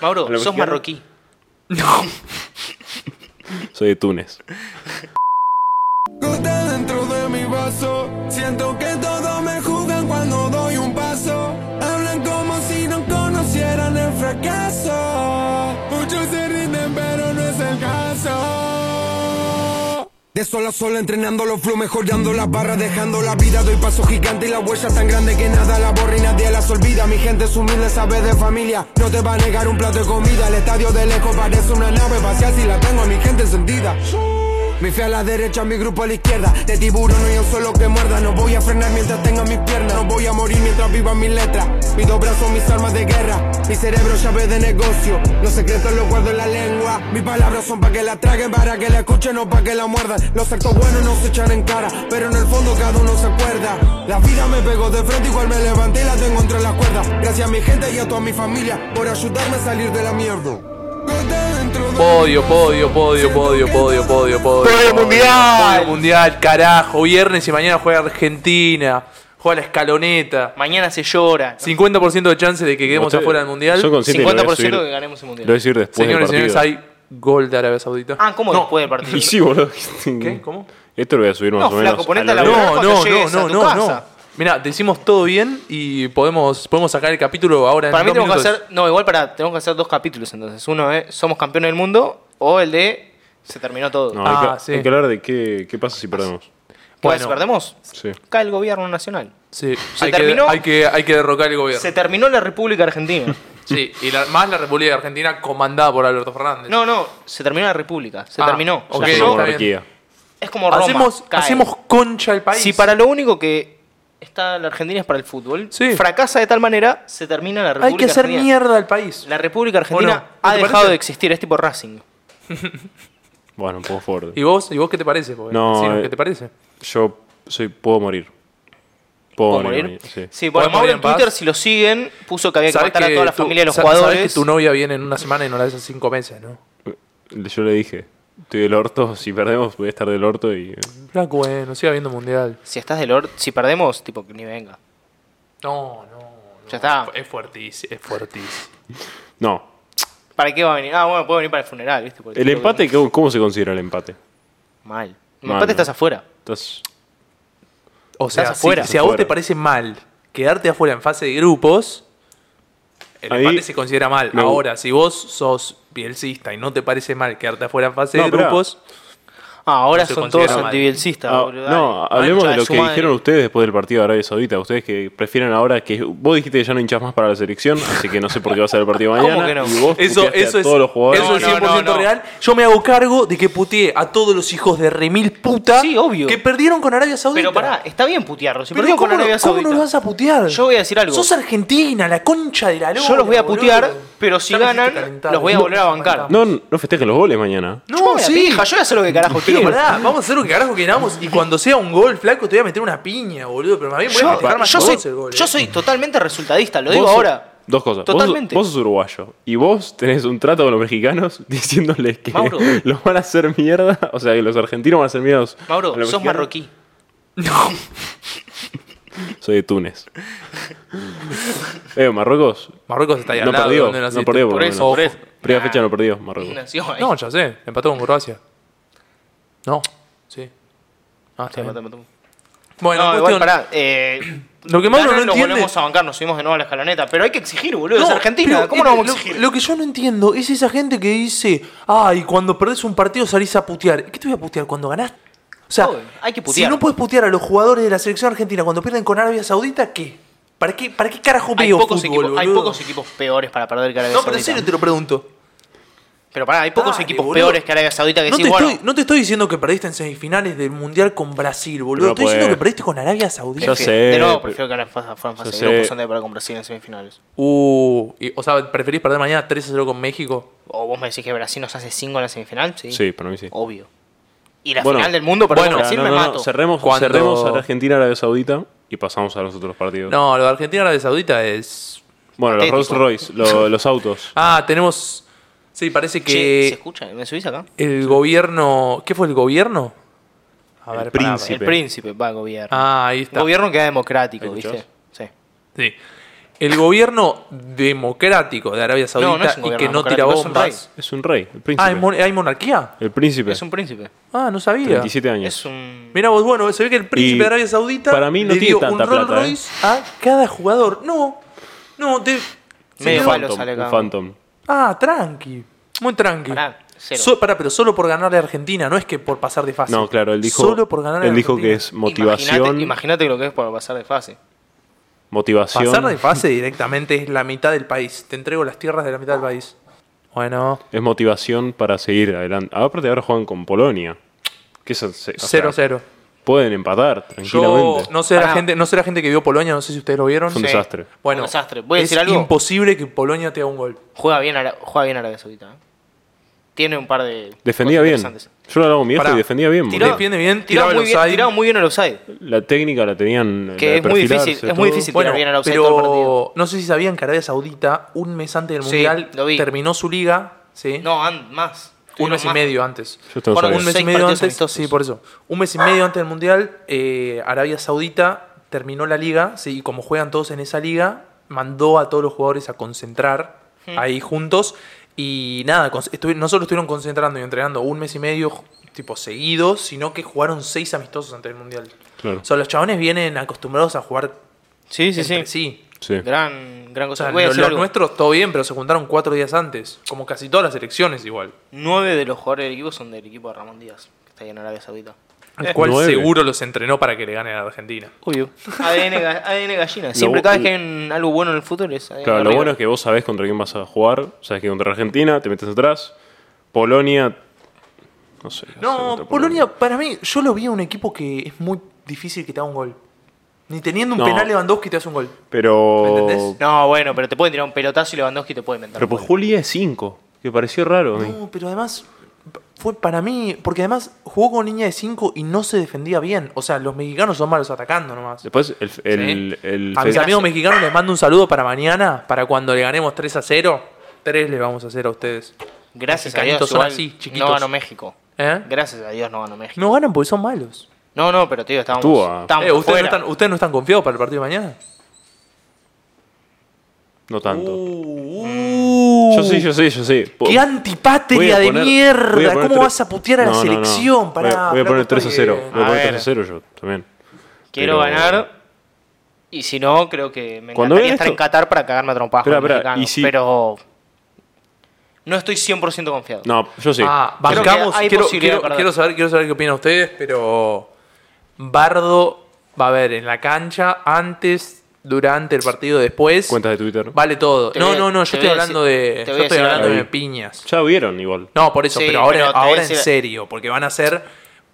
Mauro, A la sos mexicana. marroquí. Soy de Túnez. Gota dentro de mi vaso. Siento que todos me juzgan cuando doy un paso. Hablan como si no conocieran el fracaso. Muchos se rinden, pero no es el caso. De sol a sol entrenando los flow, mejorando las barras, dejando la vida. Doy paso gigante y la huella tan grande que nada la borra y nadie las olvida. Mi gente es humilde, sabe de familia. No te va a negar un plato de comida. El estadio de lejos parece una nave vacía si la tengo a mi gente encendida. Mi fe a la derecha, mi grupo a la izquierda. De tiburón no hay un solo que muerda. No voy a frenar mientras tenga mis piernas. No voy a morir mientras viva mis letras. Mis dos brazos, mis armas de guerra. Mi cerebro, llave de negocio. Los secretos los guardo en la lengua. Mis palabras son para que la traguen, para que la escuchen o para que la muerdan. Los actos buenos no se echan en cara. Pero en el fondo cada uno se acuerda. La vida me pegó de frente, igual me levanté y la tengo entre las cuerdas. Gracias a mi gente y a toda mi familia por ayudarme a salir de la mierda. Podio, podio, podio, podio, podio, podio, podio. Podio mundial. Podio mundial, carajo. Viernes y mañana juega Argentina. Juega la escaloneta. Mañana se llora. 50% de chance de que quedemos Ustedes- afuera del mundial. Yo consciente que lo voy a 50% subir- que ganemos el Lo voy a mundial. decir después Señores y del señores, partido. hay gol de Arabia Saudita. Ah, ¿cómo ¿Eh? después del partido? Y sí, boludo. ¿Qué? ¿Cómo? Esto lo voy a subir más No, o menos. flaco, ponete a a la laburar. hora. No, cuando no, no, llegues a no, tu no, casa. no. Mira, decimos todo bien y podemos, podemos sacar el capítulo ahora en Para mí dos tenemos que minutos. hacer. No, igual para. Tenemos que hacer dos capítulos entonces. Uno es Somos campeones del mundo o el de Se terminó todo. No, Ah, hay, que, Ah, sí. hay que hablar de qué, qué pasa si perdemos. pues, bueno. ¿Perdemos? Sí. Cae el gobierno nacional. Sí, ¿Se hay, que, terminó? hay, que, hay que derrocar el gobierno. Se terminó la República Argentina. Sí, y la- más la República Argentina comandada por Alberto Fernández. No, no, se terminó la República. Se Ah, terminó. Cayó. Ya ok. somos está bien. monarquía. Es como Roma. hacemos, cae. hacemos concha al país. Si para lo único que está la Argentina es para el fútbol, Sí. fracasa de tal manera, se termina la República hay que hacer Argentina. mierda al país. La República ¿O Argentina no? ¿No ha te dejado parece? de existir, es tipo Racing. Bueno, un poco fuerte. ¿Y vos? ¿Y vos qué te parece? Porque, No, sí, eh, ¿Qué te parece? Yo soy, puedo morir. Puedo, ¿Puedo morir. morir? mañana, Sí. bueno, ¿Podemos Mauro morir en en paz? Twitter, si lo siguen, puso que había que Sabés matar a que toda la tu- familia de los sa- jugadores. Sabés que tu novia viene en una semana y no la ves hace cinco meses, ¿no? Yo le dije, estoy del orto, si perdemos voy a estar del orto y... Flaco, bueno, siga viendo mundial. Si estás del or... si perdemos, tipo, que ni venga. No, no. no. Ya está. Es fuertísimo, es fuertísimo. No, ¿Para qué va a venir? Ah, bueno, puede venir para el funeral, ¿viste? Porque el creo que- empate, ¿cómo, cómo se considera el empate? Mal. El Mal, empate ¿no? estás afuera. Estás- O sea, Estás si, afuera. si a vos Afuera. te parece mal quedarte afuera en fase de grupos, el Ahí- empate se considera mal. No. Ahora, si vos sos bielcista y no te parece mal quedarte afuera en fase No, de pará. grupos, Ah, ahora No se son considera todos mal. antibielcistas. Ah, boludo, no, dale. hablemos Concha de lo su que madre. dijeron ustedes después del partido de Arabia Saudita. Ustedes que prefieren ahora que... Vos dijiste que ya no hinchás más para la selección, así que no sé por qué va a ser el partido ¿Cómo mañana. que no? Y vos Eso, puteaste eso a es, todos los jugadores. eso es No, no, 100% no. real. Yo me hago cargo de que puteé a todos los hijos de remil puta Sí, obvio. que perdieron con Arabia Saudita. Pero pará, está bien putearlo. Si Pero perdimos ¿cómo, con Arabia no, ¿cómo Saudita. no lo vas a putear? Yo voy a decir algo. Sos argentina, la concha de la lora. Yo los voy a putear, boludo. pero si Ya me hiciste ganan, calentar, los voy a boludo. volver a bancar. No, no festejen los goles mañana. No, sí. Pija, yo voy a hacer lo que carajo Pero quiero. pará, vamos a hacer lo que carajo queramos. Y cuando sea un gol, flaco, te voy a meter una piña, boludo. Pero más bien voy a Yo, festejar más yo que soy, vos el gol, yo eh. soy totalmente resultadista, lo Vos digo sos- ahora. Dos cosas. Vos sos- Totalmente. Vos, sos uruguayo y vos tenés un trato con los mexicanos diciéndoles que Mauro. los van a hacer mierda. O sea, que los argentinos van a hacer mierda. a los- Mauro, a los sos mexicanos. marroquí. Soy de Túnez. eh, Marruecos. Marruecos está ahí al no lado, perdió. ¿dónde No naciste? perdió, por, Por lo eso, menos. por eso. Primera Ah. fecha no perdió Marruecos. Nació ahí. No, ya sé, empató con Croacia. No, sí. Ah, está Sí, bien. matame, matame. Bueno, No, igual cuestión- pará. eh, Lo que Mauro ganan, no lo entiende- volvemos a bancar, nos subimos de nuevo a la escaloneta. Pero hay que exigir, boludo. es No, Argentina. pero, ¿Cómo eh, no vamos a lo- exigir? Lo que yo no entiendo es esa gente que dice, ay, cuando perdés un partido salís a putear. ¿Qué te voy a putear cuando ganás? O sea, Obvio, hay que si putear. no puedes putear a los jugadores de la selección argentina cuando pierden con Arabia Saudita, ¿qué? ¿Para qué, para qué carajo hay, veo pocos fútbol, equipos, hay boludo? pocos equipos peores para perder que Arabia No, pero en Saudita. serio te lo pregunto. Pero pará, hay pocos Dale, equipos boludo. peores que Arabia Saudita que no, decís, te bueno, estoy, no te estoy diciendo que perdiste en semifinales del Mundial con Brasil, boludo. Pero estoy pues- diciendo que perdiste con Arabia Saudita. Yo prefiero- sé, De nuevo, pero- prefiero que Arabia fuera fuera en fase Yo de grupos sé. antes de parar con Brasil en semifinales. Uh, y- o sea, ¿preferís perder mañana 3 a 0 con México? ¿O vos me decís que Brasil nos hace 5 en la semifinal? Sí. Sí, para mí sí. Obvio. Y la Bueno, final del mundo, pero bueno, con Brasil no, me no, no, mato. Cerremos, Cuando- cerremos a la Argentina, Arabia Saudita y pasamos a los otros partidos. No, lo de Argentina-Arabia Saudita es bueno, los Rolls patético. Royce, lo- los autos. Ah, tenemos. Sí, parece Che, ¿Se que escucha? ¿Me subís acá? el gobierno. ¿Qué fue el gobierno? A El ver, pará, príncipe. El príncipe va a gobierno. pará. Ah, ahí está. gobierno que es democrático, ¿Ahí ¿viste? escuchás? Sí. Sí. El gobierno democrático de Arabia Saudita no es un y gobierno que no tira democrático, es un bombas. Es un rey, el príncipe. Ah, ¿hay mon- ¿hay monarquía? El príncipe. Es un príncipe. Ah, no sabía. 27 años. Es un. Mira vos, bueno, se ve que el príncipe Y de Arabia Saudita para mí no le tiene dio tanta un Rolls plata, ¿eh? Royce a cada jugador. No, no, te... Medio un palo phantom, sale un cada uno. phantom. Ah, tranqui. Muy tranqui. Pará, cero. So- pará, pero solo por ganarle a Argentina, no es que por pasar de fácil. No, claro, él dijo, Solo por ganarle a él dijo Argentina. que es motivación, Imagínate- Imagínate lo que es por pasar de fase. motivación. Pasar de fase directamente es la mitad del país. Te entrego las tierras de la mitad del país. Bueno, Es motivación para seguir adelante. Ah, Aparte ahora juegan con Polonia. Que eso se- o 0-0. sea, Pueden empatar Yo tranquilamente. no sé, la Pará. gente, no sé la gente que vio Polonia, no sé si ustedes lo vieron. Fue un Sí. desastre. Bueno, Un desastre. Voy a es decir algo. imposible que Polonia te haga un gol. Juega bien, Ara- juega bien Arabia Saudita. ¿eh? Tiene un par de. Defendía bien. cosas interesantes. Yo lo hago con mi viejo Pará. y defendía bien. Tiró- boludo. Defiende tiraba bien, tiraba el muy bien, offside. tiraba muy bien el offside. La técnica la tenían. la Que de es muy perfilarse, difícil, es muy todo. difícil. Bueno, tirar bien al offside todo el pero partido. no sé si sabían que Arabia Saudita, un mes antes del Sí, Mundial, lo vi. terminó su liga. ¿sí? No, and- más. un mes y Más. medio antes. Yo esto no Bueno, sabía. un mes y Seis medio partidos antes. amistosos. Sí, por eso. Un mes y medio antes del Mundial, eh, Arabia Saudita terminó la liga, sí, y como juegan todos en esa liga, mandó a todos los jugadores a concentrar ahí juntos. Y nada, cons- estuvi- no solo estuvieron concentrando y entrenando un mes y medio ju- tipo seguidos, sino que jugaron seis amistosos antes del Mundial. Claro. O sea, los chabones vienen acostumbrados a jugar Sí, sí, entre sí. sí. Sí. Gran, gran O cosa. sea, Voy a lo- decir los algo. nuestros todo bien, pero se juntaron cuatro días antes. Como casi todas las elecciones igual. Nueve de los jugadores del equipo son del equipo de Ramón Díaz, que está ahí en Arabia Saudita. El cual Nueve. seguro los entrenó para que le ganen a la Argentina. Obvio. ADN, ga- ADN gallina. Siempre, Lo- cada vez que hay un- algo bueno en el fútbol es ADN Claro, lo arriba. bueno es que vos sabés contra quién vas a jugar. Sabés que contra Argentina te metes atrás. Polonia. No sé. sé No, contra Polonia, para mí, yo lo vi a un equipo que es muy difícil que te haga un gol. Ni teniendo un No. penal Lewandowski te hace un gol. ¿Me Pero. entendés? No, bueno, pero te pueden tirar un pelotazo y Lewandowski te puede inventar. Pero un pues gol. Juli es 5. Que pareció raro a mí. No, pero además fue para mí, porque además jugó con línea de 5 y no se defendía bien. O sea, los mexicanos son malos atacando nomás. Después el. el, Sí. el- a mis Fe- amigos mexicanos les mando un saludo para mañana, para cuando le ganemos 3 a 0. 3 le vamos a hacer a ustedes. Gracias a Dios. Mexicanitos son igual así, chiquitos. no ganó México. ¿Eh? Gracias a Dios no ganó México. No ganan porque son malos. No, no, pero tío, estábamos. Estuvo a- estábamos Eh, ¿ustedes, no fuera. están, ¿Ustedes no están confiados para el partido de mañana? No tanto. Uh, uh. Yo sí, yo sí, yo sí. Po- ¡Qué voy antipatria a de poner- voy a mierda! poner ¿Cómo tre- vas a putear a la No, no, no. selección? Voy a- Pará, Voy a flaco, poner 3 a 0. está Voy a A poner ver. 3 a 0 yo también. Quiero Pero- ganar. Y si no, creo que me encantaría Cuando vean estar esto- en Qatar para cagarme a trompadas con Espera, los espera, mexicanos, y si- Pero. No estoy 100% confiado. No, yo sí. Ah, Creo que bancamos. hay Quiero, posibilidad de quiero- perder. quiero saber, quiero saber qué opinan ustedes, pero Bardo va a ver en la cancha antes, durante el partido, después. Cuentas de Twitter. Vale todo. Te no, voy a- no, no, te yo voy estoy a hablando decir- de. te Yo voy a estoy decir hablando algo. de piñas. Ya vieron igual. No, por eso, Sí, pero ahora, pero te voy a ahora en decir- serio, porque van a ser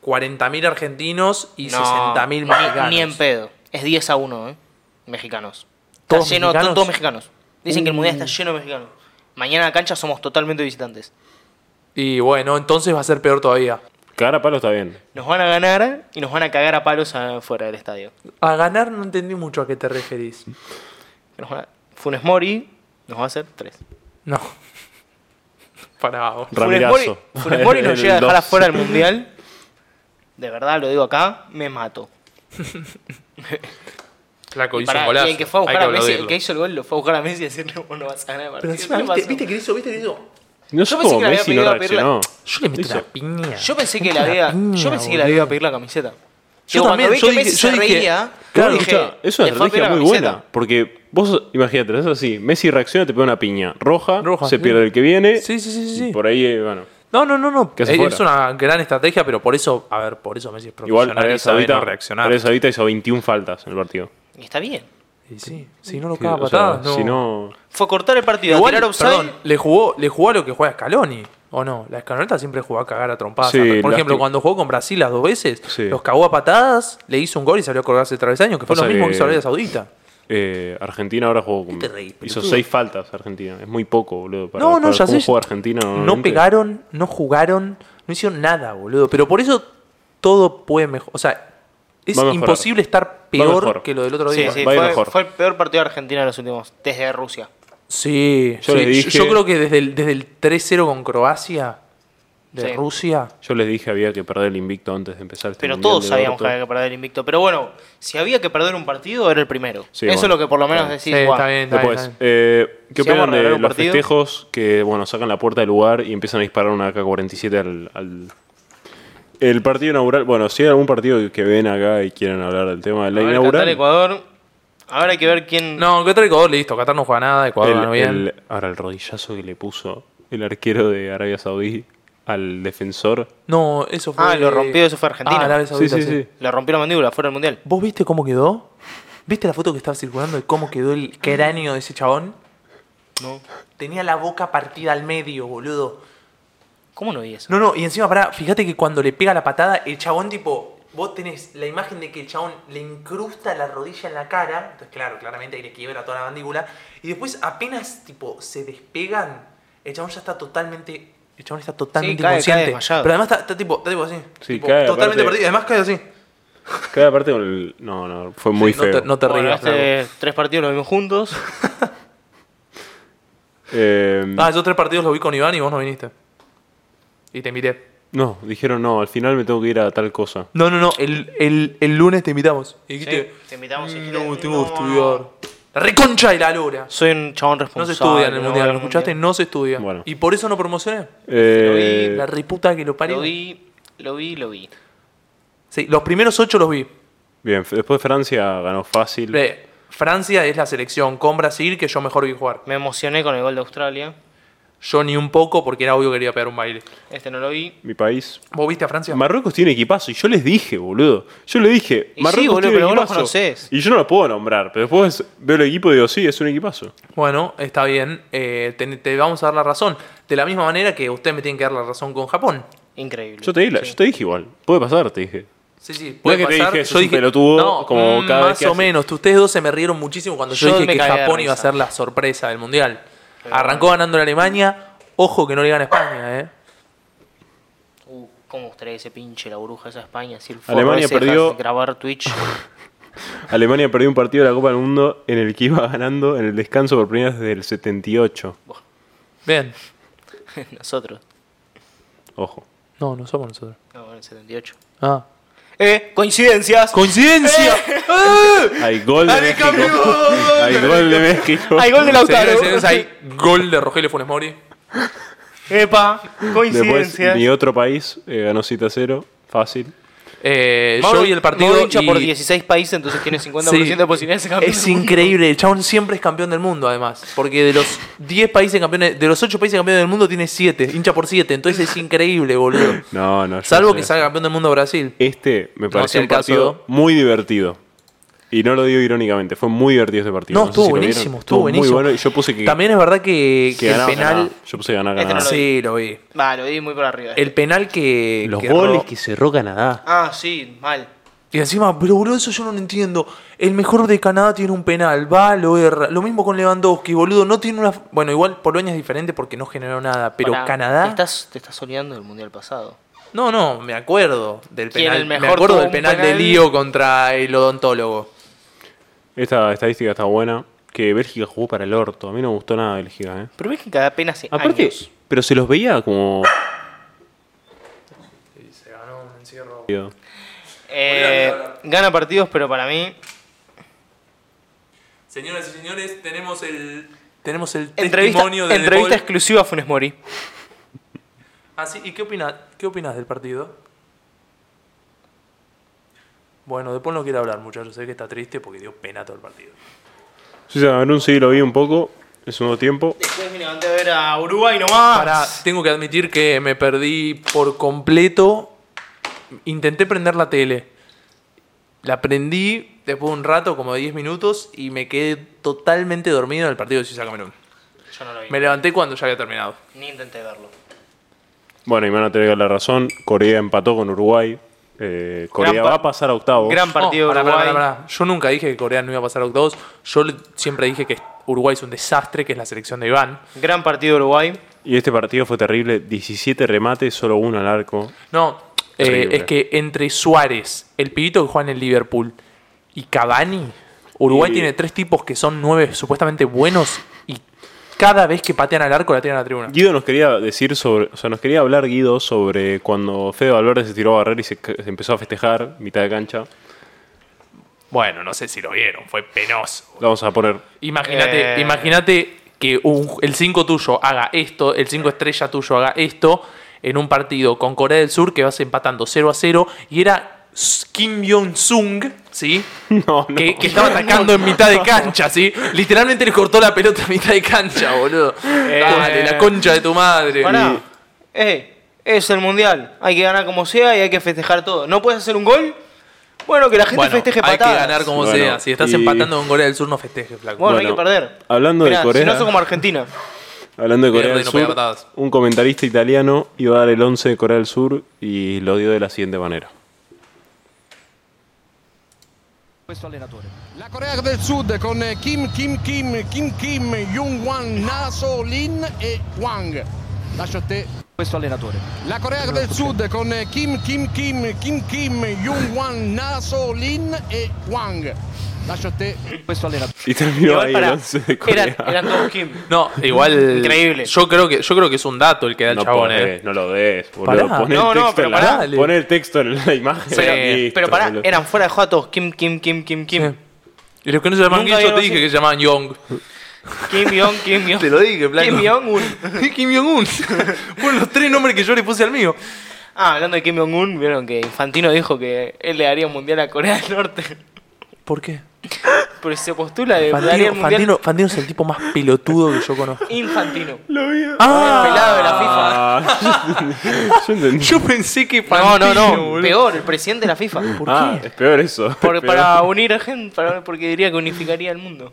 40.000 argentinos y No, 60.000 ni- mexicanos. Ni, en pedo. Es 10 a 1, ¿eh? Mexicanos. ¿Todos está lleno, to- mexicanos? Uh. todos mexicanos. Dicen que el mundial está lleno de mexicanos. Mañana la cancha somos totalmente visitantes. Y bueno, entonces va a ser peor todavía. Cara a palo está bien. Nos van a ganar y nos van a cagar a palos afuera del estadio. A ganar no entendí mucho a qué te referís. Nos van a- Funes Mori nos va a hacer 3. No. Pará. vos. Funes Ramirazo. Mori, Funes Mori nos El llega a dejar dos. afuera del mundial. De verdad, lo digo acá, me mato. Flaco hizo Pará, un golazo. y el que fue a buscar Hay a que Messi, el aplaudirlo. que hizo el gol, lo fue a buscar a Messi y decirle, vos no vas a ganar el partido". Pero encima, ¿Qué ¿viste, pasó? viste que le hizo? ¿Viste que le hizo? No Yo sé pensé cómo que le había Messi pedido no a pedirle- reaccionó. Yo le meto Hizo. una piña. Yo pensé que Meto la una había, piña, yo pensé que la boludo. había a pedir la camiseta. Yo cuando también, vi yo que dije- Messi yo se dije- reía, Claro, dije, escuchá, es una "Le fue a pedir estrategia la muy camiseta". buena. Porque vos, imagínate, es así. Messi reacciona, te pega una piña. Roja, Roja, se sí. pierde el que viene. Sí, sí, sí, sí, y sí. Por ahí, eh, bueno. No, no, no, no. Que Es, se fuera. es una gran estrategia, pero por eso, a ver, por eso Messi es profesional Igual Arabia y sabe Saudita, no reaccionar. Arabia Saudita hizo 21 faltas en el partido. Y está bien. Y sí, si no lo Que, caga o sea, patadas, no. Si no, Fue a cortar el partido, Igual, a tirar offside. perdón, le jugó, le jugó a lo que juega Scaloni, ¿o no? La Scaloneta siempre jugó a cagar a trompadas. Sí, Por ejemplo, lástima. cuando jugó con Brasil las dos veces, Sí. los cagó a patadas, le hizo un gol y salió a colgarse el travesaño, que fue Pasa lo mismo que, que- hizo Arabia Saudita. eh, Argentina ahora jugó con. ¿Qué te reís, hizo pelotudo? 6 faltas Argentina. Es muy poco, boludo. Para, no, no, para ya cómo sé. juega Argentina. no normalmente. pegaron, no jugaron, no hicieron nada, boludo. Pero por eso todo puede mejorar. O sea, es Va a mejorar. imposible estar Va a peor mejorar. que lo del otro Sí, día. sí, Va a ir fue, mejor. fue el peor partido de Argentina de los últimos, desde Rusia. Sí, sí, yo, Yo le dije- yo creo que desde el, desde el 3-0 con Croacia, de Sí. Rusia. Yo les dije había que perder el invicto antes de empezar este Pero mundial todos de sabíamos orto. que había que perder el invicto. Pero bueno, si había que perder un partido, era el primero. Eso Sí, bueno. es lo que por lo menos decís. Sí, "Guau". está bien, está bien, Después, está bien. eh, ¿qué Si vamos a opinan de regalar un los partido- festejos que, bueno, sacan la puerta del lugar y empiezan a disparar una AK-47 al, al- El partido inaugural, bueno, si hay algún partido que ven acá y quieran hablar del tema de la A ver, inaugural... Qatar, Ecuador. Ahora hay que ver quién. No, que otro Ecuador, listo. Qatar no juega nada, Ecuador el- ganó bien. el- ahora, el rodillazo que le puso el arquero de Arabia Saudí al defensor... No, eso fue. Ah, lo rompió, eso fue Argentina. Ah, Arabia Saudita, Sí, sí, sí. Le rompió la mandíbula fuera del mundial. ¿Vos viste cómo quedó? ¿Viste la foto que estaba circulando de cómo quedó el cráneo de ese chabón? No. Tenía la boca partida al medio, boludo. ¿Cómo no vi eso? No, no, y encima, pará, fíjate que cuando le pega la patada, el chabón, tipo, vos tenés la imagen de que el chabón le incrusta la rodilla en la cara, entonces, claro, claramente ahí le quiebra toda la mandíbula, y después apenas, tipo, se despegan, el chabón ya está totalmente. El chabón está totalmente cae- cae inconsciente. desmayado. Pero además está, está tipo, está tipo así. Sí, tipo, cae, totalmente aparte- perdido. Además cae así. Cada parte con el... No, no, fue muy Sí, no feo. te- No te, Bueno, rías, Flaco. este, tres partidos los vimos juntos. Eh, Ah, yo tres partidos los vi con Iván y vos no viniste. Y te invité. No, dijeron no, al final me tengo que ir a tal cosa. No, no, no, el, el, el lunes te invitamos. Y dijiste, "Mm, te invitamos y dijiste, no, tengo que "No". estudiar. La reconcha de la lora. Soy un chabón No se responsable. estudia en el no mundial, voy ¿lo al escuchaste? No se estudia. Bueno. Y por eso no promocioné. Eh, La reputa que lo parió. Lo vi, lo vi, lo vi. Sí, los primeros ocho los vi. Bien, f- después Francia ganó fácil. Ve, Francia es la selección con Brasil que yo mejor vi jugar. Me emocioné con el gol de Australia. Yo ni un poco porque era obvio que le iba a pegar un baile. Este no lo vi. Mi país. ¿Vos viste a Francia? Marruecos tiene equipazo y yo les dije, boludo. Yo le dije, Y sí, Marruecos boludo, tiene pero vos lo equipazo. conocés. Y yo no lo puedo nombrar, pero después veo el equipo y digo, sí, es un equipazo. Bueno, está bien. eh, te, te vamos a dar la razón. De la misma manera que ustedes me tienen que dar la razón con Japón. Increíble. Yo te, di la- yo te dije igual, puede pasar, te dije. Sí, No sí, es puede que te pasar. dije, sos un pelotudo, como mm, cada vez más que o haces. menos. Tú- Ustedes dos se me rieron muchísimo cuando yo, Yo dije me que cagué de Japón iba a risa. ser la sorpresa del mundial. Arrancó ganando la Alemania. Ojo que no le gana a España, ¿eh? Uh, ¿Cómo gustaría que se pinche la bruja esa España? Si el forro Alemania ese deja perdió- de grabar Twitch. Alemania perdió un partido de la Copa del Mundo en el que iba ganando en el descanso por primera vez desde el 78. Bien. Nosotros. Ojo. No, no somos nosotros. No, en el 78. Ah. Eh, coincidencias. ¡Coincidencia! Hay gol de México. Hay gol de México. Hay gol de Lautaro. Señoras y señores, hay gol de Rogelio Funes Mori. Epa, Después, coincidencias. mi otro país eh, ganó cita cero, fácil. Eh, Mauro- yo vi el partido Mauro hincha y- por 16 países, entonces tiene 50% Sí. de posibilidades de ser campeón Es del mundo. increíble, el chabón siempre es campeón del mundo, además. Porque de los 10 países campeones, de los 8 países campeones del mundo, tiene 7, hincha por 7. Entonces es increíble, boludo. No, no. yo Salvo no que sé. salga campeón del mundo Brasil. Este me pareció sea un el partido caso. muy divertido. Y no lo digo irónicamente, fue muy divertido este partido. No, sé estuvo si lo vieron. buenísimo, estuvo buenísimo. Muy bueno. y Yo puse que, También es verdad que, que que el ganaba, penal. ganaba. Yo puse ganar, Este no ganaba. lo vi. Sí, lo vi. Va, lo vi muy por arriba. El penal que. Los que goles ro- que cerró Canadá. Ah, sí, mal. Y encima, pero boludo, eso yo no lo entiendo. El mejor de Canadá tiene un penal, va, lo erra. Lo mismo con Lewandowski, boludo. No tiene una. Bueno, igual Polonia es diferente porque no generó nada. Pero Pará, Canadá. Te estás, te estás olvidando del mundial pasado. No, no, me acuerdo del ¿Quién penal. el mejor me acuerdo tuvo del un penal, penal? de Lío contra el odontólogo. Esta estadística está buena. Que Bélgica jugó para el orto. A mí no me gustó nada Bélgica, ¿eh? Pero ves que cada apenas hace Aparte, años. pero se los veía como. Se ganó un encierro. Eh, gana partidos, pero para mí. Señoras y señores, tenemos el. Tenemos el Entrevista, testimonio de entrevista Paul. exclusiva a Funes Mori. Ah, sí, ¿y qué opinas qué opinás del partido? Bueno, después no quiere hablar, muchachos. Sé que está triste porque dio pena todo el partido. Suiza Camerún sí lo vi un poco. El segundo tiempo. Después me levanté a ver a Uruguay nomás. Ahora, tengo que admitir que me perdí por completo. Intenté prender la tele. La prendí después de un rato, como de 10 minutos, y me quedé totalmente dormido en el partido de Suiza Camerún. Yo no lo vi. Me levanté cuando ya había terminado. Ni intenté verlo. Bueno, y me van a tener la razón. Corea empató con Uruguay. Eh, Corea Gran va pa- a pasar a octavos. Gran partido Oh, de pará, Uruguay. pará, pará, pará. Yo nunca dije que Corea no iba a pasar a octavos. Yo le- siempre dije que Uruguay es un desastre, que es la selección de Iván. Gran partido de Uruguay. Y este partido fue terrible. 17 remates, solo uno al arco. No, eh, Terrible. es que entre Suárez, el pibito que juega en el Liverpool, y Cavani, Uruguay Y- tiene tres tipos que son nueve supuestamente buenos y cada vez que patean al arco la tiran a la tribuna. Guido nos quería decir sobre, o sea, nos quería hablar Guido sobre cuando Fede Valverde se tiró a barrer y se, se empezó a festejar mitad de cancha. Bueno, no sé si lo vieron, fue penoso. Lo vamos a poner. Imagínate, Eh. imagínate que un- el 5 tuyo haga esto, el 5 estrella tuyo haga esto en un partido con Corea del Sur que vas empatando 0 a 0 y era S- Kim Jong-sung, ¿sí? No, no. Que, que estaba atacando en mitad de cancha, ¿sí? Literalmente le cortó la pelota a mitad de cancha, boludo. Dale, la concha de tu madre. Eh, Pará. Eh, es el mundial. Hay que ganar como sea y hay que festejar todo. ¿No puedes hacer un gol? Bueno, que la gente Bueno, festeje hay que patadas. ganar como Bueno, sea. Si estás y- empatando con Corea del Sur, no festejes, flaco. Bueno, Bueno, hay que perder. hablando de Mirá, Corea- Si no, son como Argentina. Hablando de Corea Pierde y del no pega Sur, patadas. un comentarista italiano iba a dar el 11 de Corea del Sur y lo dio de la siguiente manera. questo allenatore. La Corea del Sud con Kim Kim Kim Kim Kim Jung Wan Naso Lin e Wang. Lascio a te questo allenatore. La Corea del Sud con Kim Kim Kim Kim Kim Jung Wan Naso Lin e Wang. Lascio a te questo allenatore. Y terminó Igual, ahí pará. el 11 de Corea. Eran, eran todos Kim. No, igual. Increíble. Yo creo que, yo creo que es un dato el que da el no, chabón, podés, eh. no lo des, boludo. Pará. Pon el No, no, texto pero en la- pará, dale. pon el texto en la imagen. Pero, eh, eh, Listo, pero pará, boludo. eran fuera de juego a todos. Kim, Kim, Kim, Kim, Kim. Y los que no se llaman Nunca Kim, yo había te dije sido- que se llamaban Young. Kim Jong, Kim Jong. Te lo dije, flaco. Kim Jong-un. Kim Jong-un. Fueron los tres nombres que yo le puse al mío. Ah, hablando de Kim Jong-un, vieron que Infantino dijo que él le daría un mundial a Corea del Norte. ¿Por qué? Pero se postula de daría Fandino, el Eh, mundial Fandino- Fandino es el tipo más pelotudo que yo conozco. Infantino. ¡Ah! pelado de la FIFA. Ah, yo entendí. Yo pensé que No, Fantino, no, no. boludo. Peor, el presidente de la FIFA. ah, es peor eso. es Por- peor. para unir a gente, para- porque diría que unificaría el mundo.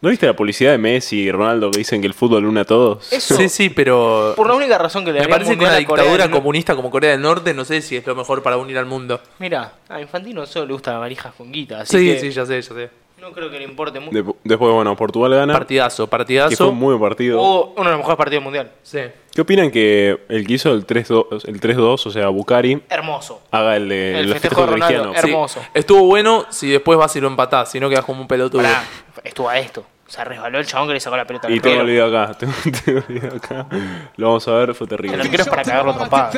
¿No viste la publicidad de Messi y Ronaldo que dicen que el fútbol une a todos? Eso, Sí, sí, pero. por la única razón que le Me daría un parece que mundial una a Corea dictadura del Norte- comunista como Corea del Norte no sé si es lo mejor para unir al mundo. Mira, a Infantino solo le gusta la valija con guita, así Sí, que sí, ya sé, ya sé. no creo que le importe mucho. De- después, bueno, Portugal gana. Partidazo, que fue partidazo. un muy buen partido. O uno de los mejores partidos del mundial. Sí. ¿Qué opinan que el que hizo el 3-2, el 3-2, o sea, Bucari, Hermoso. haga el, de- El el festejo de festejo Ronaldo, cristiano? her- Hermoso. Sí. Estuvo bueno si después vas y lo empatás, si no quedas como un pelotudo. Pará, estuvo a esto. Se resbaló el chabón que le sacó la pelota al Y tengo el arquero. video acá, tengo, tengo el video acá. Lo vamos a ver, fue El terrible. arquero es para cagarlo a trompadas.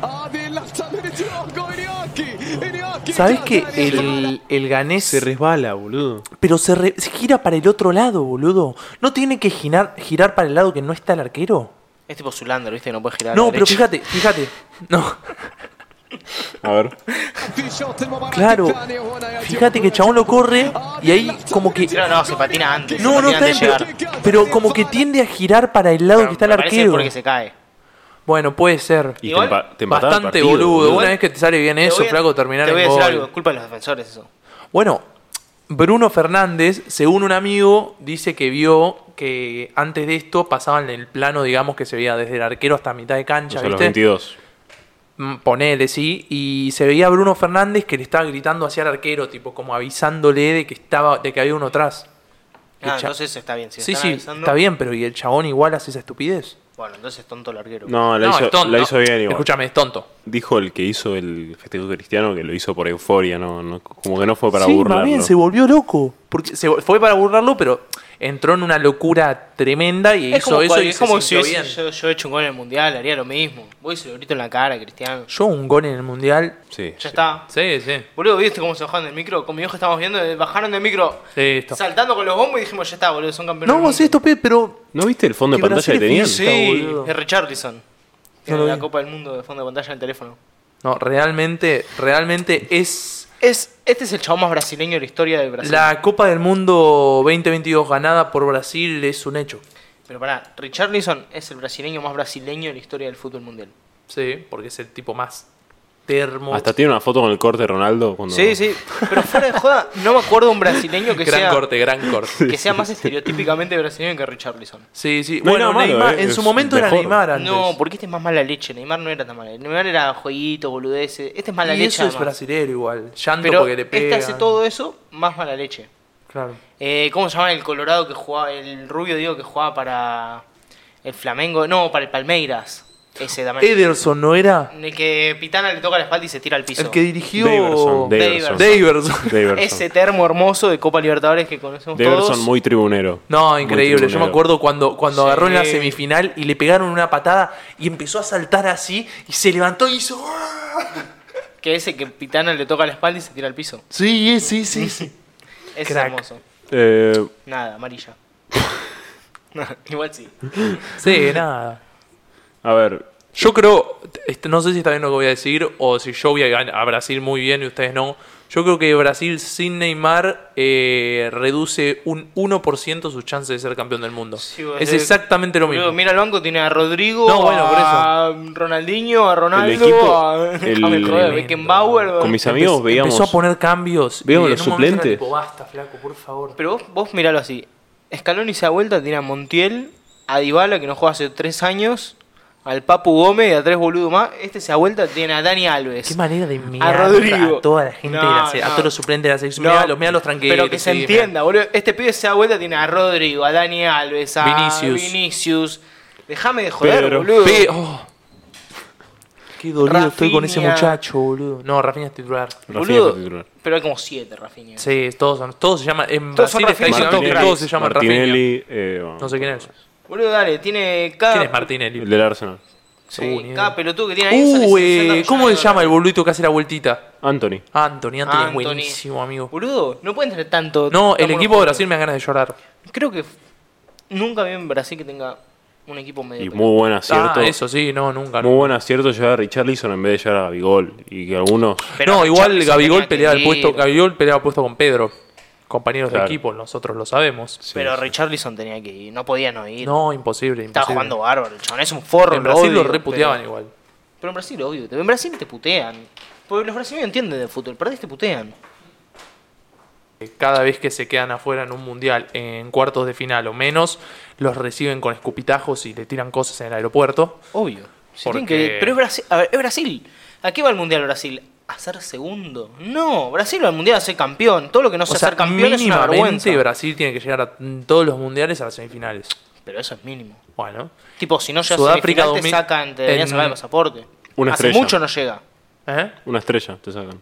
oh, ¿Sabés que el, el ganés resbala, boludo. Pero se, re- se gira para el otro lado, boludo. ¿No tiene que girar, girar para el lado que no está el arquero? Es tipo Zulander, ¿viste? Que no puede girar. a la No, pero derecha. fíjate, fíjate. No, A ver. claro. oh, Fíjate que el Chabón lo corre y ahí como que... No, no, se patina antes. No, no, se está patina bien, antes de pero, llegar. pero como que tiende a girar para el lado que está el Me parece arquero. porque se cae. Bueno, puede ser. Y Igual, te, empa- te empataron el Bastante partido, boludo. boludo. Una vez que te sale bien Te eso, voy a- flaco, terminar Te voy a el decir gol. algo, es culpa de los defensores eso. Bueno, Bruno Fernández, según un amigo, dice que vio que antes de esto pasaban el plano, digamos, que se veía desde el arquero hasta mitad de O cancha, sea, los ¿viste? 22. Mm, Ponele, sí. Y se veía a Bruno Fernández que le estaba gritando hacia el arquero, tipo, como avisándole de que estaba, de que había uno atrás. El Ah, cha- entonces está bien. Si sí, están sí, avisando- está bien, pero ¿y el chabón igual hace esa estupidez? Bueno, entonces es tonto el arquero. No, la, hizo, la hizo bien igual. Escúchame, es tonto. Dijo el que hizo el festejo cristiano que lo hizo por euforia, no, no- como que no fue para sí, más burlarlo. bien, se volvió loco. Porque se vol- fue para burlarlo, pero entró en una locura tremenda y Es hizo como, eso cual- y es se como si sintió hubiese- yo, bien. yo he hecho un gol en el mundial, haría lo mismo. Voy y se lo grito en la cara, Cristiano. Yo un gol en el mundial. Sí, Ya sí. está. Sí, sí. Boludo, ¿viste cómo se bajaron del micro? Con mi hijo estábamos viendo, eh, bajaron del micro Listo. saltando con los bombos y dijimos, ya está, boludo, son campeones. No, del vos mundo. esto, pe, pero. ¿No viste el fondo de Que pantalla que Brasil tenían? es Sí, Está, boludo. es Richarlison. No lo Tiene la vi. Copa del Mundo de fondo de pantalla en el teléfono. No, realmente, realmente es Es, este es el chabón más brasileño de la historia de Brasil. la Copa del Mundo 2022 ganada por Brasil es un hecho. Pero pará, Richarlison es el brasileño más brasileño de la historia del fútbol mundial. Sí, porque es el tipo más termo. Hasta tiene una foto con el corte de Ronaldo. Cuando... Sí, sí, pero fuera de joda, no me acuerdo un brasileño que gran sea corte, gran corte. que sea más estereotípicamente brasileño que Richarlison. Sí, sí. No hay nada bueno, malo, Neymar- eh, en su es momento era mejor. Neymar antes. No, porque este es más mala leche. Neymar no era tan mala. Neymar era jueguito, boludeces. Este es mala y leche. eso es además. brasilero igual. Llanto Pero porque le pega. este hace todo eso más mala leche. Claro. Eh, ¿Cómo se llama el Colorado que jugaba, el rubio digo que jugaba para el Flamengo? No, para el Palmeiras. Ese también. Ederson no era El que Pitana le toca la espalda y se tira al piso. el que dirigió Daverson, Daverson. Daverson. Daverson. Ese termo hermoso de Copa Libertadores que conocemos todos. Daverson muy tribunero. No, Muy increíble. Yo me tribunero. acuerdo cuando, cuando Sí. agarró en la semifinal y le pegaron una patada y empezó a saltar así y se levantó y hizo. ¡ah! Que ese que Pitana le toca la espalda y se tira al piso. Sí, sí, sí, sí. Ese es Crack. hermoso. Eh, Nada, amarilla. No, Igual sí. Sí, nada. a ver, Yo creo, este, no sé si está bien lo que voy a decir o si yo voy a, gan- a Brasil muy bien y ustedes no. Yo creo que Brasil sin Neymar eh, reduce un 1% sus chances de ser campeón del mundo. Sí, vos es decís, exactamente lo mismo. Boludo, mira el banco, tiene a Rodrigo, No, bueno, por eso. a Ronaldinho, a Ronaldo, equipo, a, el- a Beckenbauer, Beckenbauer. con mis amigos veíamos. Empezó a poner cambios. veíamos y en los un momento era suplentes. tipo, Basta, flaco, por favor. Pero vos, vos miralo así. Scaloni se da vuelta, tiene a Montiel, a Dybala, que no juega hace tres años, al Papu Gómez y a tres boludos más. Este se da vuelta, tiene a Dani Alves. Qué manera de mirar a, Rodrigo. toda la gente, No, de la se- a no. todos los suplentes de la selección. No, Mirá los- mirá los tranquilos. Pero que se sí, mirá. entienda, boludo. Este pibe se da vuelta, tiene a Rodrigo, a Dani Alves, a Vinicius. Vinicius. Déjame de joder, Pedro. boludo. Pe- oh. Qué dolido estoy con ese Rafinha. muchacho, boludo. No, Rafinha es titular. Rafinha Boludo, fue titular. Pero hay como siete, Rafinha. Sí, todos son. Todos se llaman. En Todos son Brasil está Rafinha. diciendo que Martinelli, todos se llaman Rafinha. Martinelli, eh, bueno, No sé quién es. Boludo, dale, tiene cada. ¿Quién es Martinelli? El del Arsenal. Sí, Uh, ni idea. cada pelotudo que Ah, tiene ahí. sale 60 Uh, eh, millones ¿cómo de se llama el dólares. boludito que hace la vueltita? Anthony. Anthony, Anthony, es Anthony. buenísimo, amigo. Boludo, no pueden tener tanto. No, tan el buenos equipo de jugadores. Brasil me da ganas de llorar. Creo que f- nunca vi en Brasil que tenga un equipo medio. Y pelota. muy buen acierto. Ah, eso sí, no, nunca. Muy buen acierto llegar a Richarlison en vez de llegar a Gabigol. Y que algunos. Pero no, igual Richarlison Gabigol tenía que peleaba el ir. puesto, Gabigol peleaba el puesto con Pedro, compañeros Claro. de equipo, nosotros lo sabemos. Pero Richarlison tenía que ir, no podía no ir. No, imposible, imposible. Estaba jugando bárbaro, el chabón es un forro. en Brasil lo odio, reputeaban pero, igual. pero en Brasil lo odio. En Brasil te putean. Porque los brasileños entienden de fútbol, perdés te putean. Cada vez que se quedan afuera en un mundial, en cuartos de final o menos, los reciben con escupitajos y le tiran cosas en el aeropuerto. Obvio. Se Porque- tienen que- Pero es Brasil. A ver, es Brasil. ¿A qué va el mundial Brasil? ¿A ser segundo? No, Brasil va al mundial a ser campeón. Todo lo que no O sea, sea, ser campeón es una vergüenza. mínimamente Brasil tiene que llegar a mm, todos los mundiales a las semifinales. Pero eso es mínimo. Bueno, Tipo, si no llegas a Sudáfrica semifinal, te 2000 sacan, te deberían en- sacar el pasaporte. Una Hace estrella. mucho no llega. ¿eh? Una estrella te sacan.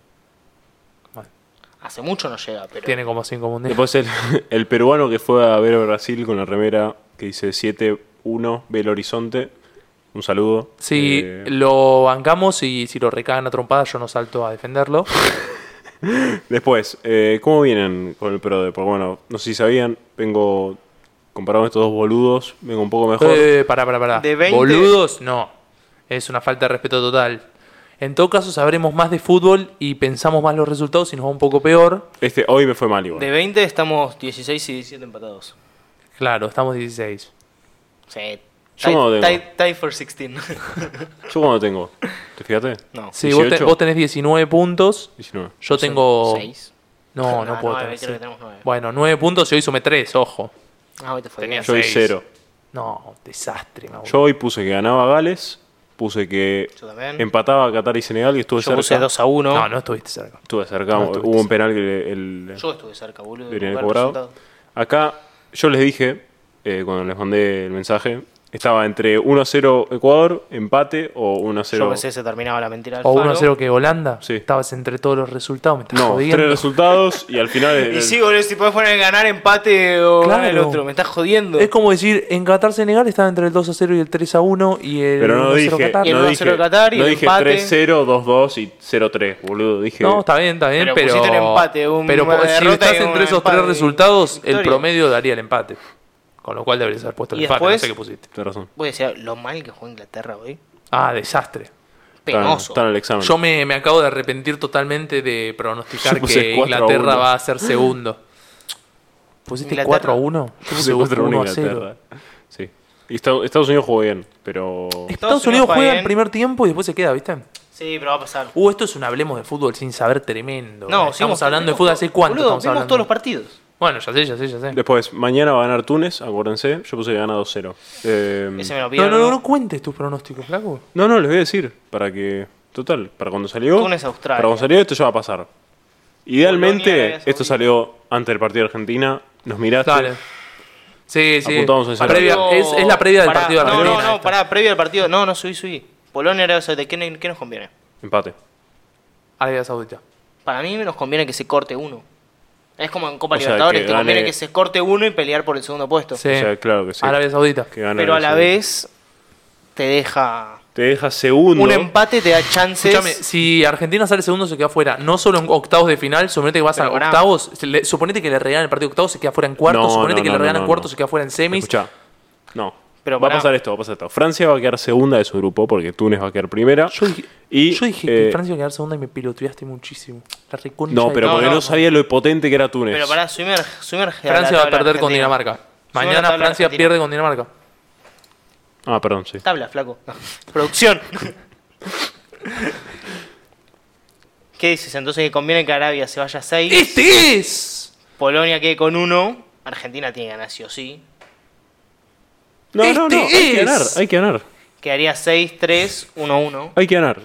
Hace mucho no llega, pero. Tiene como cinco mundiales. Después el, el peruano que fue a ver a Brasil con la remera que dice 7-1 Belo Horizonte. Un saludo. Si Eh, lo bancamos y si lo recagan a trompadas, yo no salto a defenderlo. Después, eh, ¿cómo vienen con el Pro de? Porque bueno, no sé si sabían, vengo comparado con estos dos boludos, vengo un poco mejor. Eh, pará, pará, pará. De 20. ¿Boludos? No. Es una falta de respeto total. En todo caso, sabremos más de fútbol y pensamos más los resultados y nos va un poco peor. Este, hoy me fue mal igual. De 20 estamos 16 y 17 empatados. Claro, estamos 16. Sí. Yo tie, no tengo. tie- tie for 16. ¿Yo cuándo tengo? ¿Te fijaste? no. Sí, vos, te- 18. vos tenés 19 puntos. 19. Yo tengo. 6. No, no, Ah, No, puedo nueve, tener creo que seis. tenemos nueve. Bueno, 9 puntos y hoy sumé 3, ojo. Ah, hoy te fue. Tenías- Yo hoy Seis. cero. No, desastre, me aburro. Yo hoy puse que ganaba Gales, puse que Yo también. empataba a Qatar y Senegal y estuve Yo puse cerca. 2 a 1. No, no estuviste cerca. Estuve cerca, hubo un penal que le- el, Yo estuve cerca, boludo. deberían de haber buscar el cobrado. resultado. Acá yo les dije, eh, cuando les mandé el mensaje, estaba entre 1-0 Ecuador, empate o Yo 1-0... pensé que se terminaba la mentira del O Faro. 1-0 que Holanda. Sí. Estabas entre todos los resultados. Me estás No, jodiendo. tres resultados y al final... el- Y sí, boludo, si podés poner ganar empate o Claro. ganar el otro. Me estás jodiendo. Es como decir, en Qatar Senegal estaba entre el 2 a 0 y el 3 a 1 y el Pero no 1 a 0 dije, Qatar. Y el no 1-0 dije, Qatar y no el dije empate. 3-0, 2-2 y 0-3, boludo. Dije, No, está bien, está bien, Pero pero. pusiste un empate, un- pero una po- si derrota estás y un entre esos empate tres y resultados, el victoria. promedio daría el empate. Con lo cual deberías haber puesto el Y empate, no después- sé qué pusiste. tenés razón. Voy a decir lo mal que jugó Inglaterra hoy. Ah, desastre. Está, Penoso. está en el examen. Yo me, me acabo de arrepentir totalmente de pronosticar Yo puse que 4 a Inglaterra uno. va a ser segundo. ¿Pusiste Inglaterra. 4 a 1? Yo puse 4-1 1 a Inglaterra. 0. Sí. Y Estados Estados Unidos jugó bien, pero... Estados Estados Unidos Unidos juega bien. el primer tiempo y después se queda, ¿viste? Sí, pero va a pasar. Uh, esto es un hablemos de fútbol sin saber tremendo. No, eh. estamos hablando de fútbol hace cuánto Boludo, estamos vimos hablando. todos los partidos. Bueno, ya sé, ya sé, ya sé. Después, mañana va a ganar Túnez, acuérdense. Yo puse que gana 2-0. Eh, Ese me lo Mm. No, pidieron. no, no, no cuentes tus pronósticos, flaco. No, no, les voy a decir. Para que. Total, para cuando salió. Túnez, Australia. Para cuando salió, esto ya va a pasar. Polonia, Idealmente, Arabia esto Saudita. salió antes del partido de Argentina. Nos miraste. Dale. Sí, sí. Apuntamos a ese Previa- Partido- es, es la previa del Pará, partido de No, Argentina. no, no, pará, previa al partido. No, no, subí, subí. Polonia, Arabia Saudita, ¿qué, qué nos conviene? Empate. Arabia Saudita. Para mí nos conviene que se corte uno. Es como en Copa O sea, Libertadores, que te conviene gane- que se corte uno y pelear por el segundo puesto. Sí. O sea, claro que sí. Arabia Saudita. Que gana Pero a la Brasil. vez te deja... Te deja segundo. Un empate te da chances... Escúchame, si Argentina sale segundo se queda fuera, no solo en octavos de final, suponete que vas a Pero pará. octavos, se le- suponete que le regalan el partido de octavos se queda fuera en cuartos, No, suponete no, que no, le no, regalan no, no. cuartos se queda fuera en semis. Escuchá. No. Pero va pará. a pasar esto, va a pasar esto. Francia va a quedar segunda de su grupo porque Túnez va a quedar primera. Yo dije, y, yo dije que eh, Francia iba a quedar segunda y me piloteaste muchísimo. La reconcha No, de- pero No, porque no. no, sabía lo potente que era Túnez. Pero pará, sumerge, sumerge Francia la va a tabla perder con argentina. Dinamarca. Sube la Mañana tabla Francia argentina. pierde con Dinamarca. Ah, perdón, sí. Tabla, flaco. No. Producción. ¿Qué dices? Entonces que conviene que Arabia se vaya a 6, ¡Este es! Polonia quede con 1, Argentina tiene que ganar sí o sí. No, no, no. Hay Este que ganar, es- hay que ganar. Quedaría 6, 3, 1, 1. Hay que ganar.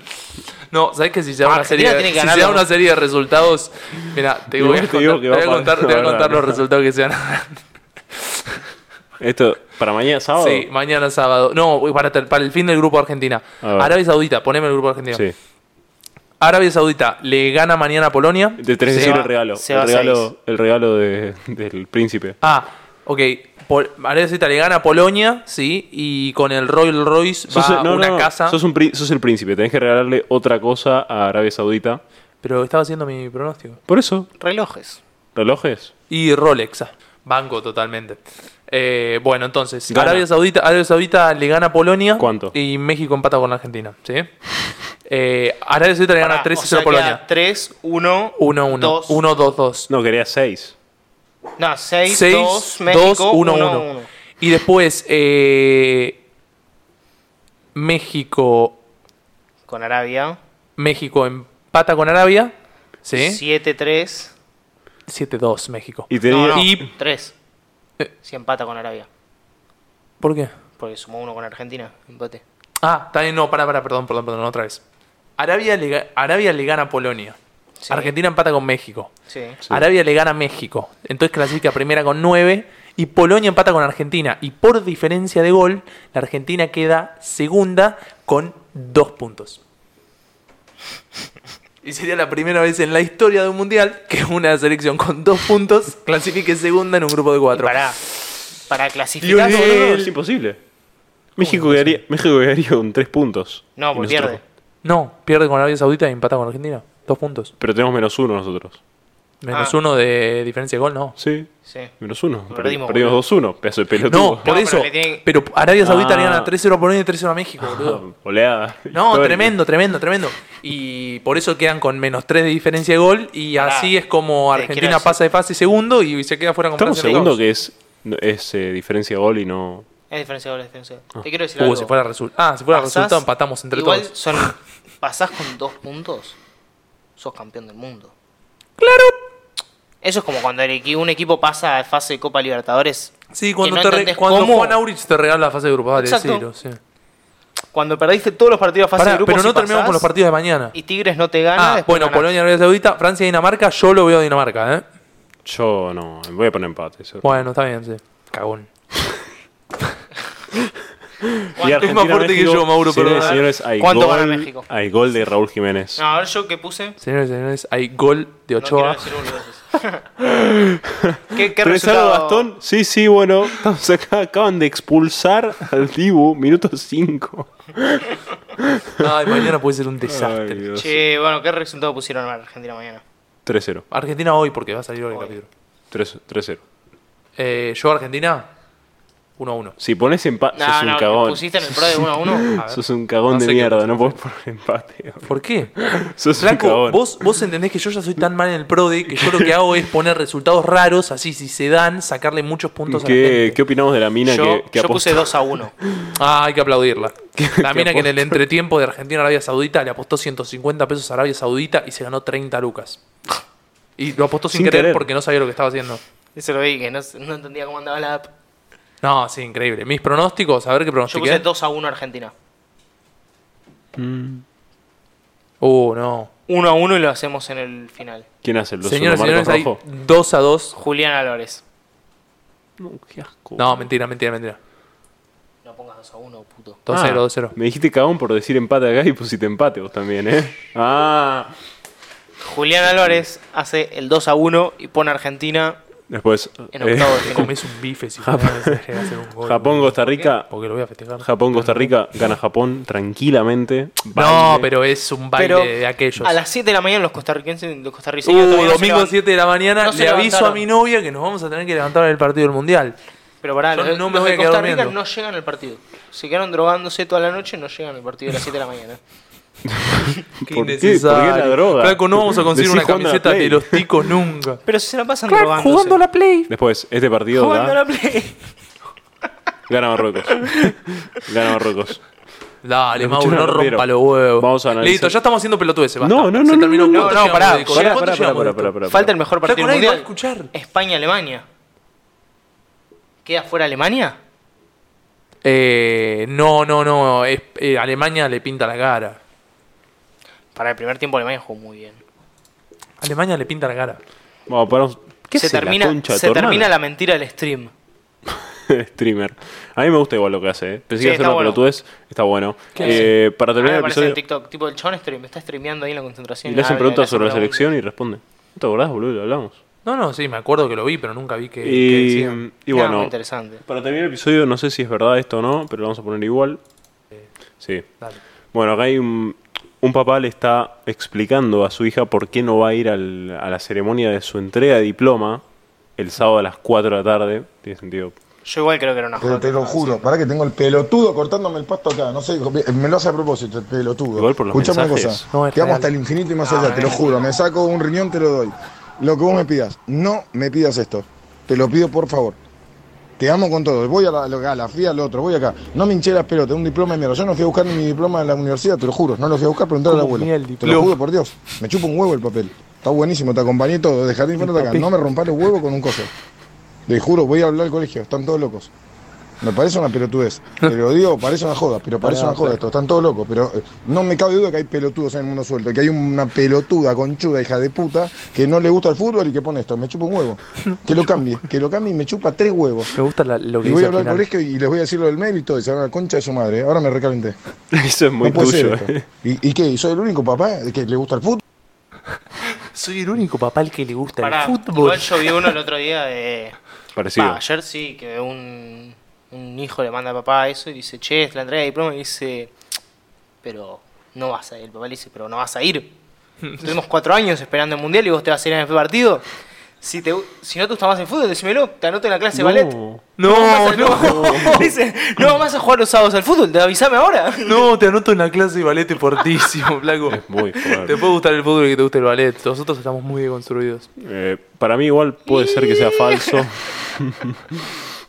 No, ¿sabes que si se da una Argentina serie, tiene de, que si ganar se da los- una serie de resultados, mira, te voy Igual a te contar, digo te que va voy a para- contar, te voy a no, no, contar no. los resultados que se dan. Esto, para mañana sábado. Sí, mañana sábado. No, para, ter- para el fin del grupo de Argentina. A ver. Arabia Saudita, poneme el grupo de Argentina. Sí. Arabia Saudita le gana mañana a Polonia. De 3 de Se 0 va- el regalo. se va El regalo, seis. el regalo de- del príncipe. Ah, ok. Pol- Arabia Saudita le gana a Polonia, sí, y con el Royal Royce va Sos- a no, no, una no. casa. Sos, un pri- sos el príncipe. Tenés que regalarle otra cosa a Arabia Saudita. Pero estaba haciendo mi pronóstico. Por eso, Relojes. relojes. Y Rolex. ah, Banco totalmente. Eh, bueno, entonces, Gana. Arabia Saudita, Arabia Saudita le gana a Polonia. ¿Cuánto? Y México empata con Argentina, ¿sí? Eh, Arabia Saudita le gana 3 0 a Polonia. 3, 1, 1-1. 2. 1-2-2. No, quería 6. No, 6, 6, 2, 2, México, 1, 1, 1. 1. Y después, eh, México, Con Arabia. México empata con Arabia. ¿Sí? 7, 3. 7-2 México. Y No, tenía. no, Y- 3. Eh. Si empata con Arabia. ¿Por qué? Porque sumó uno con Argentina. Empate. Ah, está bien, no, para, para, perdón, perdón, perdón, otra vez. Arabia le, ga- Arabia le gana a Polonia. Sí. Argentina empata con México. Sí. Arabia le gana a México. Entonces clasifica primera con 9. Y Polonia empata con Argentina. Y por diferencia de gol, la Argentina queda segunda con 2 puntos. Y sería la primera vez en la historia de un mundial que una selección con 2 puntos clasifique segunda en un grupo de 4. Para, para No, clasificar. no, no, es imposible. México quedaría, México quedaría con 3 puntos. No, Y porque nosotros- pierde. No, pierde con Arabia Saudita y empata con Argentina. 2 puntos. Pero tenemos menos 1 nosotros. Menos Ah. uno de diferencia de gol, no. Sí. Sí. Menos 1. Perdimos, Perdimos 2-1. Pedazo de pelotudo. No, por pero eso. le tienen- Pero Arabia Saudita le gana Ah. 3-0 a Polonia y 3-0 a México, boludo. Oleada. No, histórica. tremendo, tremendo, tremendo. Y por eso quedan con menos 3 de diferencia de gol. Y Pará, así es como te quiero Argentina decir- pasa de fase segundo y se queda fuera con Estamos Francia. segundo que es, no- es eh, diferencia de gol y no. Es diferencia de goles, diferencia de goles. Te quiero decir Uh, algo. si fuera resultado. Ah, si fuera Pasás- resultado, empatamos entre igual todos. Son, pasás con dos puntos, sos campeón del mundo. ¡Claro! Eso es como cuando el equi- un equipo pasa a fase de Copa Libertadores. Sí, cuando, que no te re- entendés cuando cómo. Juan Aurich te regala la fase de grupos, dale, Exacto. decilo, sí. Cuando perdiste todos los partidos a fase Pará, de grupos pero no y pasás, terminamos con los partidos de mañana. Y Tigres no te gana. Ah, después bueno, ganás. Polonia, Arabia Saudita, Francia y Dinamarca, yo lo veo a Dinamarca, ¿eh? Yo no. Voy a poner empate. eso. Bueno, está bien, sí. Cagón. Y es más fuerte que yo, Mauro, señores, perdón. señores, hay ¿Cuánto gol, gana México? Hay gol de Raúl Jiménez. No, a ver, yo que puse. Señores, señores, hay gol de No quiero Ochoa. decir boludeces. ¿Qué, qué 3 0 resultado? Gastón. Sí, sí, bueno. Estamos acá. Acaban de expulsar al Dibu. Minuto 5. Ay, mañana puede ser un desastre. 3-0. Che, bueno, ¿qué resultado pusieron a Argentina mañana? 3-0. Argentina hoy, porque va a salir hoy el Hoy. capítulo. 3-0. Eh, yo, Argentina, 1-1. Si pones empate, No, sos un no, que cagón. pusiste en el pro de 1 a 1. A ver. Sos un cagón No sé de qué mierda. pusiste. No podés poner empate. ¿Por qué? Sos un Flaco, cagón. vos, vos entendés que yo ya soy tan mal en el PRODE que yo lo que hago es poner resultados raros, así si se dan, sacarle muchos puntos a la ¿Qué, gente. ¿Qué opinamos de la mina Yo, que, que yo puse apostó? 2 a 1. Ah, hay que aplaudirla. La que mina que en el apostó. entretiempo de Argentina a Arabia Saudita le apostó 150 pesos a Arabia Saudita y se ganó 30 lucas. Y lo apostó sin, Sin querer, querer. porque no sabía lo que estaba haciendo. Eso lo vi, que no, no entendía cómo andaba la app. No, sí, increíble. Mis pronósticos, a ver qué Yo puse pronostiqué. 2 a 1 Argentina. Uh, no. 1 a 1 y lo hacemos en el final. ¿Quién hace el 2-1? Señoras y señores, ¿Marcos hay Rojo? 2 a 2. Julián Álvarez. No, qué asco. No, mentira, mentira, mentira. No pongas 2 a 1, puto. 2-0, 2-0. Ah, Me dijiste cagón por decir empate acá y pusiste empate vos también, ¿eh? Ah. Julián Álvarez hace el 2 a 1 y pone a Argentina Después. en eh, octavo de final. Comés un bife si Japón, hacer un gol. Japón, Costa Rica. Porque lo voy a festejar. Japón, Costa Rica. Gana Japón tranquilamente. No, Baile. pero es un baile Pero de aquellos. a las 7 de la mañana los costarricenses, los costarricenses Uh, todavía no se domingo levantan. 7 de la mañana No se le aviso a levantaron. mi novia que nos vamos a tener que levantar en el partido del mundial. Pero pará, Yo los, no me los voy a de quedar Costa Rica durmiendo. no llegan al partido. Se quedaron drogándose toda la noche, no llegan al partido de las 7 de la mañana. qué? ¿Por qué la droga? Flaco, no vamos a conseguir Decí una jugando a la camiseta Play. de los ticos nunca. Pero si se la pasan Claro, drogándose. jugando a la Play. Después, este partido da- Jugando a la play. gana Marruecos. gana Marruecos. Dale, Escuchá Mauro, una no rapidero. rompa los huevos. Vamos a analizar. Listo, ya estamos haciendo pelotudeces. basta. No, no, Se no, terminó. no, no, ¿Cuánto no, llegamos pará, de pará, Corea? Pará, ¿Cuánto pará, llegamos de pará, esto? pará, pará. Falta el mejor partido Flaco, del nadie va a mundial. escuchar. España-Alemania. ¿Queda fuera Alemania? Eh, no, no, no. es- eh, Alemania le pinta la cara. Para el primer tiempo Alemania jugó muy bien. Alemania le pinta la cara. Vamos, paramos. ¿Qué se hace la termina, concha de se tu hermana? termina la mentira del stream. streamer. A mí me gusta igual lo que hace. ¿eh? Pensé Sí, que hacer está una bueno. pelotudez. Está bueno. ¿Qué Eh, para A mí terminar me el aparece en episodio, TikTok. Tipo, el chabón stream, está streameando ahí en la concentración. y le hacen habla, preguntas hacen sobre la preguntas. selección y responde. ¿No te acordás, boludo? Lo hablamos. No, no, sí, me acuerdo que lo vi, pero nunca vi Eh, que, que Y, decían. y Ah, muy bueno, interesante. para terminar el episodio, no sé si es verdad esto o no, pero lo vamos a poner igual. Sí. Dale. Bueno, acá hay un, un papá le está explicando a su hija por qué no va a ir al- a la ceremonia de su entrega de diploma el sábado a las 4 de la tarde. Tiene sentido. Yo igual creo que era una Pero joda. te lo juro, para que tengo el pelotudo cortándome el pasto acá. No sé, me lo hace a propósito, el pelotudo. Igual por los Escuchame una mensajes. cosa. No, es te amo real. hasta el infinito y más allá, te lo juro. Me saco un riñón, te lo doy. Lo que vos me pidas, no me pidas esto. Te lo pido por favor. Te amo con todo. Voy a la, a la FIA, al otro, voy acá. No me hinché las pelotas, un diploma de mierda. Yo no fui a buscar mi diploma de la universidad, te lo juro. No lo fui a buscar, preguntar al ¿Cómo abuelo. tenía el Te lo diploma? juro por Dios. Me chupa un huevo el papel. Está buenísimo, te acompañé todo. De jardín fuera de acá. papel. No me rompas los huevos con un coso. Le juro, voy a hablar al colegio, están todos locos. Me parece una pelotudez. Te lo digo, parece una joda, pero parece una joda esto. Están todos locos, pero eh, no me cabe duda que hay pelotudos en el mundo suelto, que hay una pelotuda conchuda, hija de puta, que no le gusta el fútbol y que pone esto. Me chupa un huevo. Que lo cambie, que lo cambie y me chupa tres huevos. Me gusta la- lo que Y voy dice a al hablar al final. colegio y les voy a decir lo del mail y todo. Y se van a la concha de su madre. Ahora me recalenté. Eso es muy no puede tuyo. ser eh. esto. ¿Y, ¿Y qué? ¿Soy el único papá que le gusta el fútbol? Soy el único papá al que le gusta Pará, el fútbol. igual yo vi uno el otro día de... Parecido. Bah, ayer sí, que un, un hijo le manda a papá eso y dice, che, es la entrega de diploma. Y dice, pero no vas a ir. El papá le dice, pero no vas a ir. Tuvimos cuatro años esperando el mundial y vos te vas a ir en el partido. Si, te, si no te gusta más el fútbol, decímelo, te anoto en la clase de ballet. No. vas No, a- Dice, no vas a jugar los sábados al fútbol, te avisame ahora. No, te anoto en la clase de ballet fortísimo, flaco. Muy Te fuerte. puede gustar el fútbol y que te guste el ballet. Nosotros estamos muy deconstruidos. Eh, para mí igual puede ser que sea falso.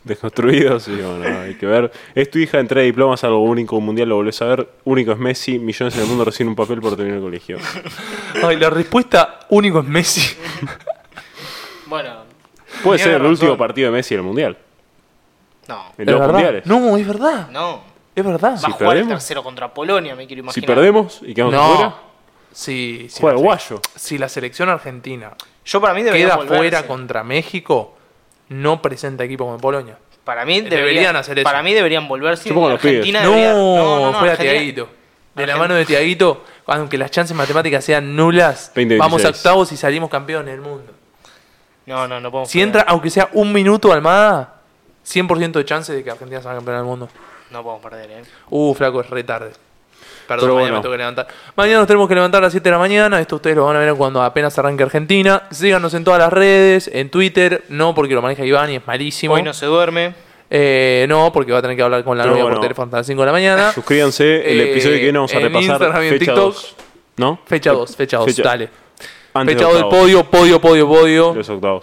Desconstruido, sí, bueno, hay que ver. Es tu hija, entrega diplomas, algo único, un mundial, lo volvés a ver. Único es Messi, millones en el mundo reciben un papel por terminar el colegio. Ay, la respuesta único es Messi. Bueno, Puede Tenía ser el razón. último partido de Messi en el mundial. no, En ¿Es los verdad? mundiales. No, es verdad. no. Es verdad. Va a Si jugar el perdemos- tercero contra Polonia, me quiero si imaginar. perdemos y quedamos No. fuera, Sí, sí, juega el sí. guayo. si la selección argentina Yo para mí debería queda volver, fuera sí. contra México, no presenta equipo con Polonia. Para mí Deberían deberían, hacer eso. Para mí deberían volverse. Yo pongo los pibes. Argentina No, debería- fuera Argentina- Tiaguito. De la mano de Tiaguito, aunque las chances matemáticas sean nulas, 20-26. vamos a octavos y salimos campeones del mundo. No, no, no podemos. Si perder. entra, aunque sea un minuto Almada, 100% de chance de que Argentina salga campeona del mundo. No podemos perder, eh. Uh, flaco, es re tarde. Perdón, Pero mañana bueno. me tengo que levantar. Mañana nos tenemos que levantar a las 7 de la mañana. Esto ustedes lo van a ver cuando apenas arranque Argentina. Síganos en todas las redes, en Twitter. No, porque lo maneja Iván y es malísimo. Hoy no se duerme. Eh, no, porque va a tener que hablar con la Pero novia bueno. por teléfono hasta las 5 de la mañana. Suscríbanse, el Eh, episodio que viene vamos a en repasar Instagram y en fecha TikTok. 2. ¿No? Fecha 2, fecha 2, Fecha- dale. Antes de fecha 2 del octavos. podio, podio, podio, podio. Los octavos.